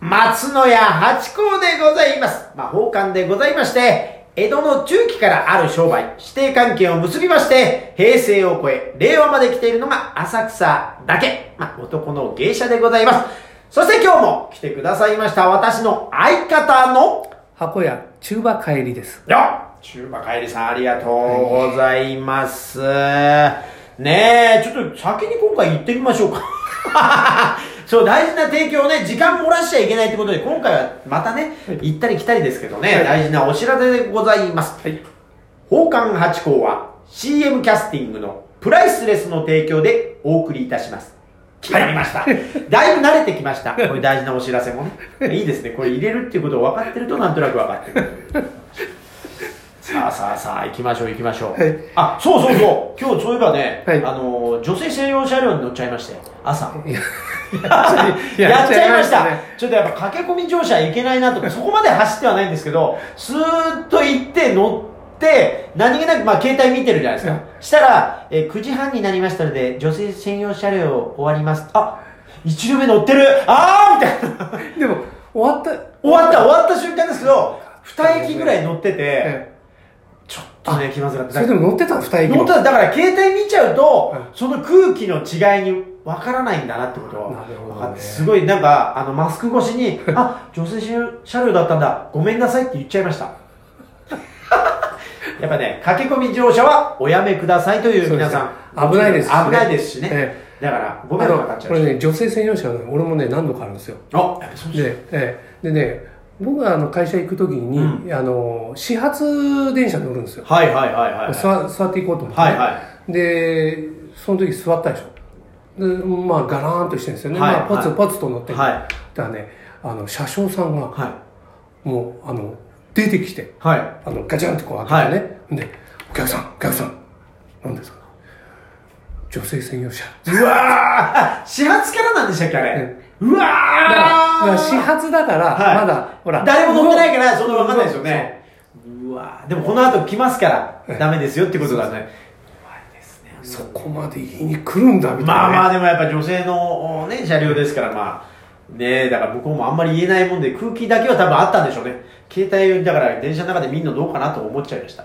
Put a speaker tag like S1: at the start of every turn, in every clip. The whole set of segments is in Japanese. S1: 松野屋八甲でございます。まあ、宝冠でございまして、江戸の中期からある商売、指定関係を結びまして、平成を超え、令和まで来ているのが浅草だけ。まあ、男の芸者でございます。そして今日も来てくださいました、私の相方の、
S2: 箱屋中馬帰りです。
S1: よっ中馬帰りさんありがとうございます。ねえ、ちょっと先に今回行ってみましょうか。 そう、大事な提供をね、時間漏らしちゃいけないってことで、今回はまたね、行ったり来たりですけどね、大事なお知らせでございます。
S2: はい。
S1: 宝冠八甲は CM キャスティングのプライスレスの提供でお送りいたします。決まりま した。だいぶ慣れてきました。これ大事なお知らせもね。いいですね。これ入れるっていうことを分かってるとなんとなく分かってくる。さあさあさあ、行きましょう行きましょう。
S2: はい
S1: あ、そうそうそう。今日そういえばね、
S2: はい
S1: あのー、女性専用車両に乗っちゃいましたよ。朝。
S2: いや
S1: やっちゃいました。
S2: ね
S1: ちょっとやっぱ駆け込み乗車いけないなと、そこまで走ってはないんですけど、スーッと行って乗って、何気なく、まあ、携帯見てるじゃないですか。したら、えー9時半になりましたので、女性専用車両終わります。あ、1両目乗ってるあーみたいな。
S2: でも、終わった、
S1: 終わった、終わった瞬間ですけど、2駅ぐらい乗ってて、
S2: え
S1: ちょっとね、気まずかった。
S2: えそれでも乗ってたの二駅
S1: 乗って
S2: も。
S1: ただから携帯見ちゃうと、
S2: うん
S1: その空気の違いに分からないんだなってことは
S2: なるほどね
S1: 分かって、すごいなんかあのマスク越し に「あ女性車両だったんだごめんなさい」って言っちゃいま したやっぱね駆け込み乗車はおやめくださいという皆さん
S2: そうですね危ないですしね
S1: 危ないですしね、
S2: え
S1: だからご
S2: あ
S1: 迷惑かかっ
S2: の、
S1: ちゃ
S2: こ
S1: うし
S2: れね、女性専用車はね、俺もね、何度かあるんですよ。
S1: あやっぱそうです
S2: で、ええでね、僕があの会社行くときに、
S1: う
S2: あの、始発電車に乗るんですよ。
S1: はいはいはいはいはい
S2: 座座っていこうと思って、
S1: はいは
S2: で、その時座ったでしょ。で、まあ、ガラーンとしてるんですよね。
S1: はい
S2: まあ、ポツ
S1: はい
S2: ポツと乗ってる。
S1: はい
S2: だからね、あの、車掌さんが、
S1: はい
S2: もう、あの、出てきて、
S1: はい
S2: あの、ガチャンってこう開けてね。で、お客さん、お客さん、何ですか女性専用車。
S1: うわーあ 始発からなんでしたっけあれ、うわ
S2: だから、だ
S1: ー
S2: から始発だから、
S1: はい
S2: まだ、ほら。
S1: 誰も乗ってない
S2: い
S1: から、そんなわかんないですよね。うわぁでもこの後来ますから、ダメですよってことがね。怖いですね。
S2: そこまで言いに来るんだ、みたい
S1: ま
S2: な、ね。
S1: あまあ、でもやっぱ女性のおね、車両ですから、まあ、ねえ、だから向こうもあんまり言えないもんで、空気だけは多分あったんでしょうね。携帯、だから電車の中で見るのどうかなと思っちゃいました。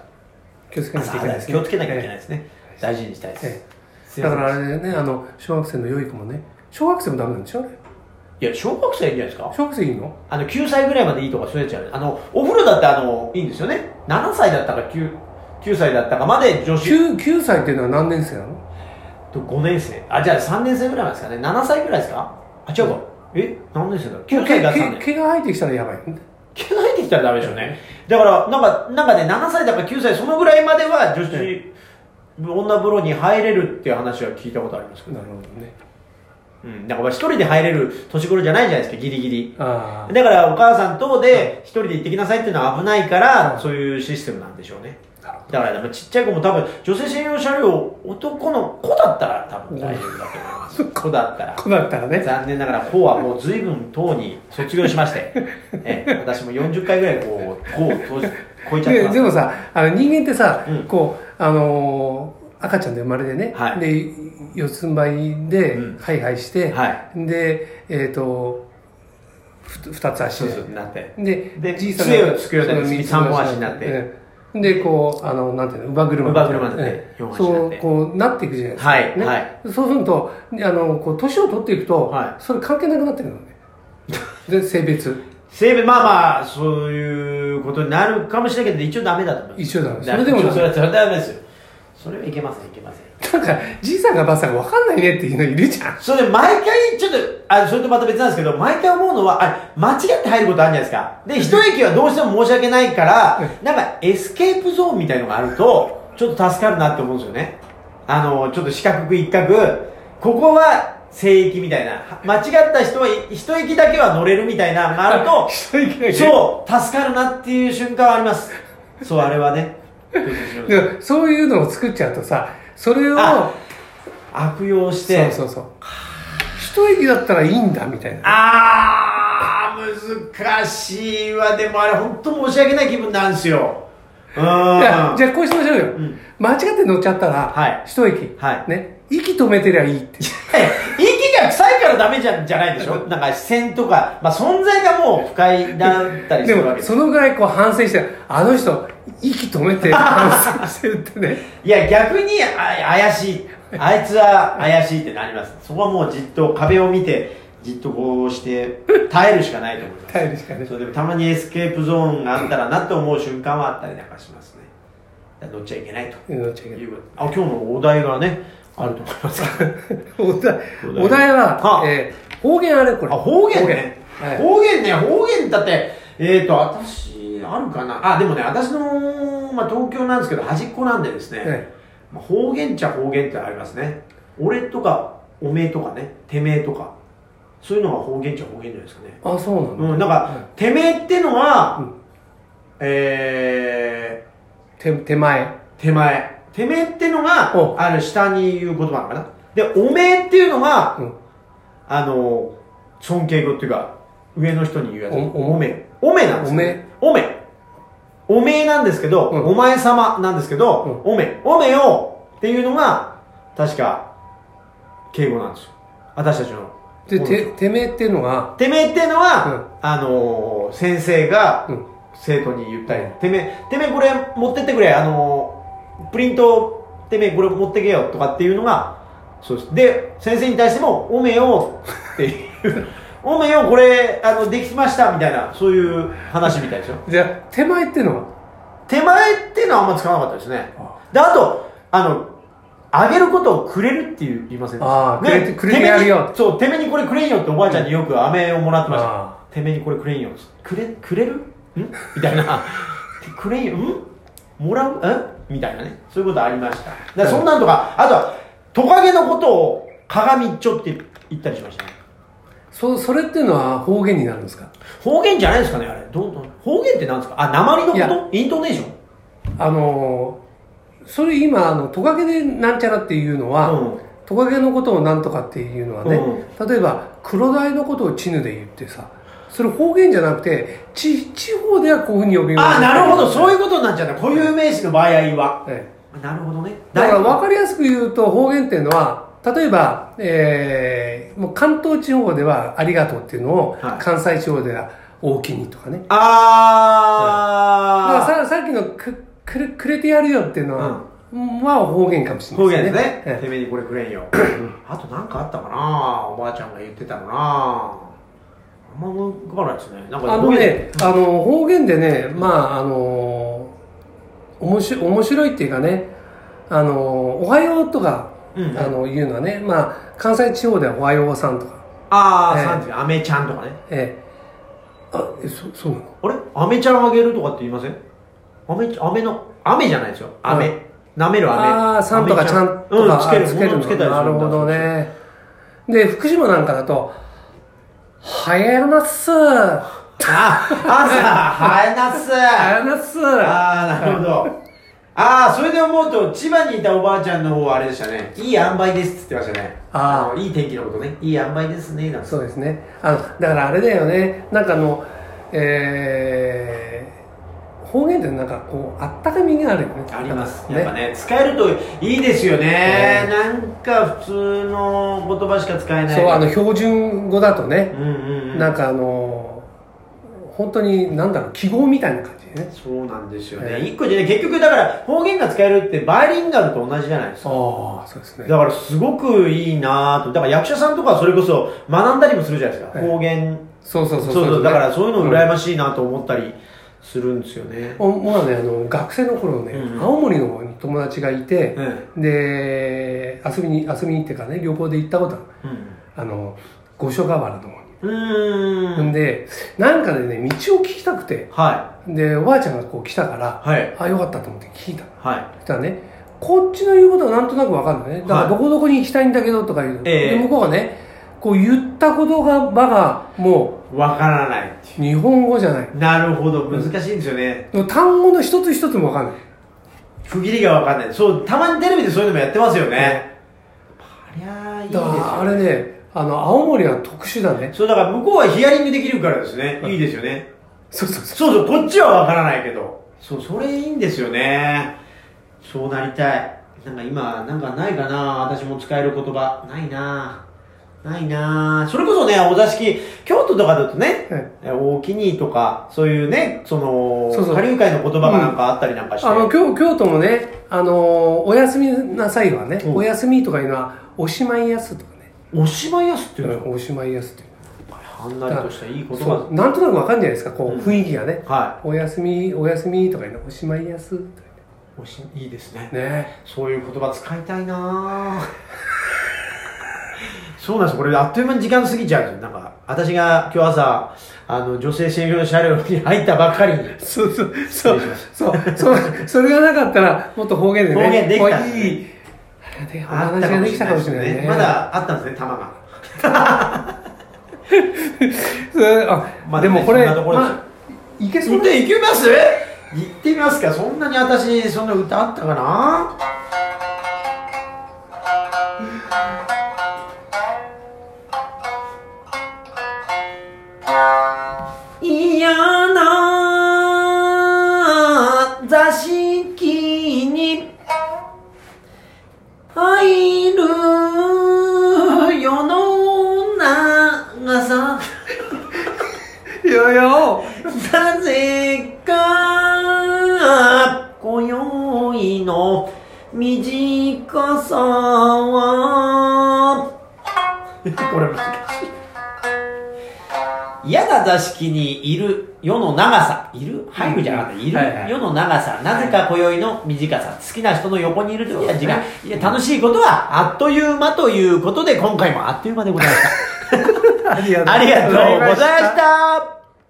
S2: 気をつけなきゃいけないですね。
S1: 気をつけなきゃいけないですね。大事にしたいで
S2: え
S1: す。
S2: えだから
S1: すいま
S2: あれね、あの、小学生の良い子もね、小学生もダメなんでしょあれ
S1: せんいや、小学生いいんじゃないですか
S2: 小学生いいの
S1: あの、9歳ぐらいまでいいとかそういうやつじゃないあの、お風呂だってあの、いいんですよね。7歳だったか9、9歳だったかまで女子
S2: 9, ?9 歳っていうのは何年生なの
S1: と5年生あじゃあ3年生ぐらいなんですかね7歳ぐらいですかあ違うか、え何年生だろう9歳が3年
S2: 毛毛が生えてきたらやばいよね。
S1: 毛が生えてきたらダメでしょうねだからなんかなんかね7歳だから9歳そのぐらいまでは女子、女風呂に入れるっていう話は聞いたことありますけど、
S2: なるほどね。
S1: うん、だから一人で入れる年頃じゃないじゃないですかギリギリ
S2: ああ。
S1: だからお母さん等で一人で行ってきなさいっていうのは危ないから、そういうシステムなんでしょうね
S2: なるほ
S1: だから、ね、ちっちゃい子も多分女性専用車両男の子だったら多分大丈夫だと思います子だったら
S2: ど。子だったらね。
S1: 残念ながら法はもう随分とうに卒業しま して、ええ私も40回ぐらいこう法を通し超えちゃって
S2: で
S1: ます
S2: でもさあの人間ってさ、
S1: うん
S2: こうあのー赤ちゃんで生まれてね、
S1: はい
S2: で四つん這いで、
S1: うん
S2: ハイハイして、
S1: は
S2: でえっ、とふ二つ足
S1: そう
S2: で
S1: そうなって
S2: で
S1: で
S2: じいさん
S1: 杖をつくようになって
S2: その
S1: 次三本足になって
S2: うんでこうあのなんていうの馬車みた
S1: 馬車
S2: い
S1: になって
S2: うん
S1: 四足にな
S2: そ
S1: っ
S2: う
S1: て
S2: こうなっていくじゃないですか、
S1: はい
S2: ね
S1: はい
S2: そうするとあのこう年を取っていくと、
S1: は
S2: それ関係なくなってくるのね で性別
S1: 性別まあまあそういうことになるかもしれないけど一応ダメだと思います
S2: 一応ダメです
S1: だから
S2: それでも
S1: 一応それはそれはダメですよそれはいけませんいけません
S2: なんかじいさんがばあさんが分かんないねっていうのいるじゃん
S1: それで毎回ちょっとあそれとまた別なんですけど毎回思うのはあれ間違って入ることあるじゃないですかで一駅はどうしても申し訳ないからなんかエスケープゾーンみたいのがあるとちょっと助かるなって思うんですよねあのちょっと四角く一角ここは聖域みたいな間違った人は一駅だけは乗れるみたいなのがある と
S2: 人いけない
S1: そう助かるなっていう瞬間はありますそうあれは ね
S2: でもそういうのを作っちゃうとさそれを
S1: あ悪用して
S2: そうそうそう一駅だったらいいんだみたいな
S1: あー、難しいわ。でもあれ、本当申し訳ない気分なんですよ。うーん。
S2: いやじ
S1: は
S2: ゃあこうしましょうよ、
S1: ん
S2: 間違って乗っちゃったら、
S1: はい
S2: 一駅、
S1: はい
S2: ね息止めてりゃいいって
S1: い息が臭いからからダメじゃんじゃ ないでしょなんか視線とか、まあ、存在がもう不快だったりす
S2: で
S1: るわ
S2: も
S1: けです
S2: そのぐらいこう反省してあの人息止めて反省してるってね
S1: いや逆にあ怪しいあいつは怪しいってなりますそこはもうじっと壁を見てじっとこうして耐えるしかないと思います
S2: 耐えるしかね
S1: そうでもたまにエスケープゾーンがあったらなと思う瞬間はあったりなんかしますねだから乗っちゃいけないと
S2: うん乗っちゃいけない
S1: いうことあ今日のお題がねあると思いますから
S2: お題
S1: お題
S2: お題は
S1: は、あ
S2: えー方言あれこれ
S1: あ方言ね
S2: 方言はい
S1: 方言ね方言だってえっ、ー、と私あるかなあでもね私の、まあ、東京なんですけど端っこなんでですね、
S2: はい
S1: まあ方言っちゃ方言ってありますね俺とかおめえとかねてめえとかそういうのが方言っちゃ方言じゃないですかね
S2: あそうなの、
S1: うんなんか、
S2: は
S1: てめえってのは、
S2: うん
S1: え
S2: 手手前
S1: ー、手前てめえっての
S2: お
S1: がある下に言う言葉なのかなでおめえっていうのが、
S2: うん
S1: あの尊敬語っていうか上の人に言うやつ
S2: おお
S1: おめおめなんですよねおめおめえなんですけど、
S2: うん
S1: お前様なんですけど、おめおめよっていうのが確か敬語なんですよ私たちの
S2: で
S1: 方の
S2: ててめえっていうのが、
S1: てめえっていうのは、
S2: うん
S1: あのー先生が
S2: うん、
S1: 生徒に言ったり、
S2: うん
S1: てめえ、てめえこれ持ってってくれ、あのープリント、てめえこれ持ってけよとかっていうのが、そうです。で、先生に対しても、おめよって いう、おめよこれ、あの、できましたみたいな、そういう話みたいですよ。
S2: じゃあ手前っていうのは
S1: 手前っていうのはあんま使わなかったですね
S2: あ。
S1: で、あと、あの、あげることをくれるっていう言いませんでした
S2: あーくれてくれてやるよ
S1: てめえにそう、てめえにこれくれんよっておばあちゃんによく飴をもらってまし
S2: あ
S1: た。てめえにこれくれんよ。くれ、くれるんみたいな。 くれんよ。んもらうえみたいなね。そういうことありました。だからそんなんとか、あとは、トカゲのことを鏡っちょって言ったりしましたね。
S2: そそれっていうのは方言になるんですか
S1: 方言じゃないですかね、あれ。どうどう方言って何ですかあ、鉛
S2: い
S1: の
S2: や
S1: ことイントネーション
S2: あのーそれ今あのトカゲでなんちゃらっていうのは、
S1: うん
S2: トカゲのことをなんとかっていうのはね、例えばクロダイのことをチヌで言ってさそれ方言じゃなくてち地方ではこういうふうに呼び
S1: あなるほどそう
S2: う
S1: いうことになっちゃった固有名詞の場合はなるほどね
S2: だから分
S1: か
S2: かりやすく言うと方言っていうのは例えば、えーもう関東地方では「ありがとう」っていうのを、
S1: はい
S2: 関西地方では「大きに」とかねだから
S1: あー
S2: ささっきのくくれ「くれてやるよ」っていうのは、まあ方言かもしれな
S1: 方
S2: い
S1: 言ですね、
S2: ええ
S1: てめえにこれくれ んよあとなんかあったかなおばあちゃんが言ってたのなあんま思い浮かばないですねなんか
S2: あのね、あの方言でね、まああのおもし面白いっていうかね、あのおはようとか、
S1: うん
S2: あのいうのはね、まあ関西地方ではおはようさんとか、
S1: あ
S2: ええ
S1: あ、さんあめちゃんとかね
S2: ええあえそそうなの？
S1: あれあめちゃんあげるとかって言いませんあめあめのあめじゃないですよあめ、
S2: う
S1: なめるあめ
S2: ああさんとかちゃんと
S1: う
S2: か、
S1: ん、つける
S2: あつける
S1: 物をつけたりするんだ
S2: なるほどね。で福島なんかだと、はやなっす、は
S1: あ朝 はえなす
S2: やなっす。
S1: ああ、なるほど。 ああ、それで思うと、千葉にいたおばあちゃんの方はあれでしたね。いい塩梅ですって言ってましたね。
S2: あー
S1: のいい天気のことね。いい塩梅ですね。なんて
S2: そうですね。あの、だからあれだよね。なんかあの、えー、方言ってなんかこう、あったかみがあるよね。
S1: あります。
S2: ね。
S1: やっぱね、使えるといいですよね。なんか普通の言葉しか使えない。
S2: そう、あの、標準語だとね、
S1: うんうんうん。
S2: なんかあの、本当に、なんだろう、記号みたいな感じでね。
S1: そうなんですよね。
S2: え
S1: 一個でね、結局だから方言が使えるってバイリンガルと同じじゃないですか。
S2: ああ、そうですね。
S1: だからすごくいいなぁと。だから役者さんとかはそれこそ学んだりもするじゃないですか。
S2: ええ
S1: 方言
S2: そうそう
S1: そ
S2: そうう
S1: そうだからそういうの羨
S2: ま
S1: ましいなと思ったりするんですよね。
S2: おもうね、あの、学生の頃ね、
S1: うんうん
S2: 青森の方に友達がいて、
S1: え
S2: で、遊びに、遊びに行ってからね、旅行で行ったことある。
S1: え
S2: あの、五所川原の方に。
S1: うん。うーん。
S2: で、なんかでね、道を聞きたくて、
S1: は
S2: で、おばあちゃんがこう来たから、
S1: い。はい。
S2: あ、よかったと思って聞いた。
S1: は
S2: そしたらね、こっちの言うことはなんとなくわかるのね。だから、
S1: はい
S2: どこどこに行きたいんだけどとか言う。
S1: ええ
S2: で、向こうがね、こう言ったことが、ばが、も、
S1: い。わからないっていう
S2: 日本語じゃない。
S1: う。なるほど。難しいんですよね。
S2: でも単語の一つ一つもわかんない。
S1: 区切りがわかんない。そう、たまにテレビでそういうのもやってますよね。ありゃあ、いいです
S2: だか
S1: よ。
S2: ら、あれね、あの、青森は特殊だね。
S1: そう、だから向こうはヒアリングできるからですね。いいですよね。
S2: そうそうそ
S1: そうそう、こっちはわからないけど。そう、それいいんですよね。そうなりたい。なんか今、なんかないかな私も使える言葉。ないなないなぁそれこそね、お座敷、京都とかだとね、
S2: はい
S1: おおきにとか、そういうね、その、
S2: そうそう
S1: 下流会の言葉がなんかあったりなんかして。
S2: あの京京都もね、あのーお休みなさいはね、
S1: うん
S2: お休みとかいうのはおしまいやすとかね、
S1: お芝居やすっていうのは、
S2: おしまいやすっていう
S1: はんなりとしたいい言
S2: そ
S1: 葉
S2: うなんとなくわかんじゃないですかこう、
S1: うん
S2: 雰囲気がね、
S1: は
S2: おやすみおやすみとかいうのおしまいやすとか
S1: い。おし、いいですね。
S2: 言ってね
S1: そういう言葉使いたいな ぁそうなんですよ。これ、あっという間に時間過ぎちゃうんですよ。なんか、私が今日朝、あの、女性専用車両に入ったばっかりに。
S2: そうそう
S1: 失
S2: そう
S1: 礼しまし
S2: そうそうそれがなかったらもっと方言でね
S1: 方言できた
S2: もういい あれでお
S1: あ
S2: 話ができたかもしれないね
S1: まだあったんですね、玉が。
S2: それあ、
S1: まだね
S2: でもこれ
S1: そんなところですよ
S2: まあいけそう
S1: 行っ
S2: な
S1: ていきます行ってみますかそんなに私そんな歌あったかな嫌な座敷に入る世の長さ
S2: よよ
S1: なぜか今宵の短さはこれ難しい嫌な座敷にいる世の長さいる入るじゃなくている、
S2: はいはい
S1: 世の長さなぜか今宵の短さ好きな人の横にいる時は時間いや楽しいことはあっという間ということで今回もあっという間でございました
S2: ありが
S1: ありがとうございました